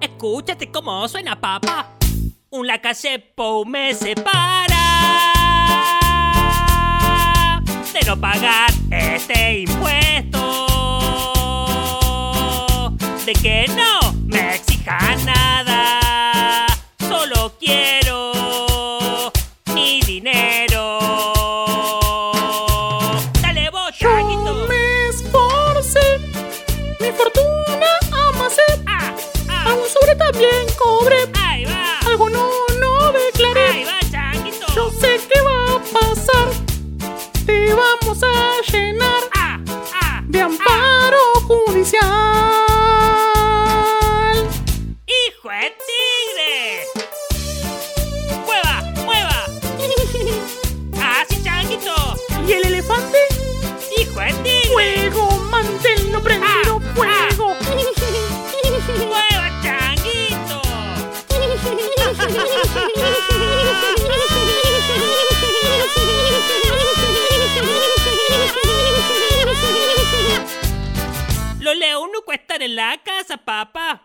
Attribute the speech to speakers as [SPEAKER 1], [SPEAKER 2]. [SPEAKER 1] Escúchate cómo suena, papá. Un lacasepo me separa de no pagar este impuesto. De que no me exijan nada. Solo quiero mi dinero. Dale,
[SPEAKER 2] Yo
[SPEAKER 1] bochaguito.
[SPEAKER 2] me esforcé, mi fortuna amasé,
[SPEAKER 1] Ah, ah,
[SPEAKER 2] aún sobre también cobré,
[SPEAKER 1] ahí va.
[SPEAKER 2] algo no, no
[SPEAKER 1] Ahí
[SPEAKER 2] declaré.
[SPEAKER 1] va, changuito.
[SPEAKER 2] Yo sé que va a pasar, te vamos a llenar
[SPEAKER 1] Ah, ah,
[SPEAKER 2] de amparo judicial.
[SPEAKER 1] ¡Hijo de tigre! ¡Mueva! ¡Mueva! ¡Así, changuito!
[SPEAKER 2] ¿Y el elefante?
[SPEAKER 1] ¡Hijo de tigre!
[SPEAKER 2] Fuego, mantel no prendido,
[SPEAKER 1] Ah,
[SPEAKER 2] fuego.
[SPEAKER 1] ¡Mueva, changuito! Los leonucos están en la casa, papá.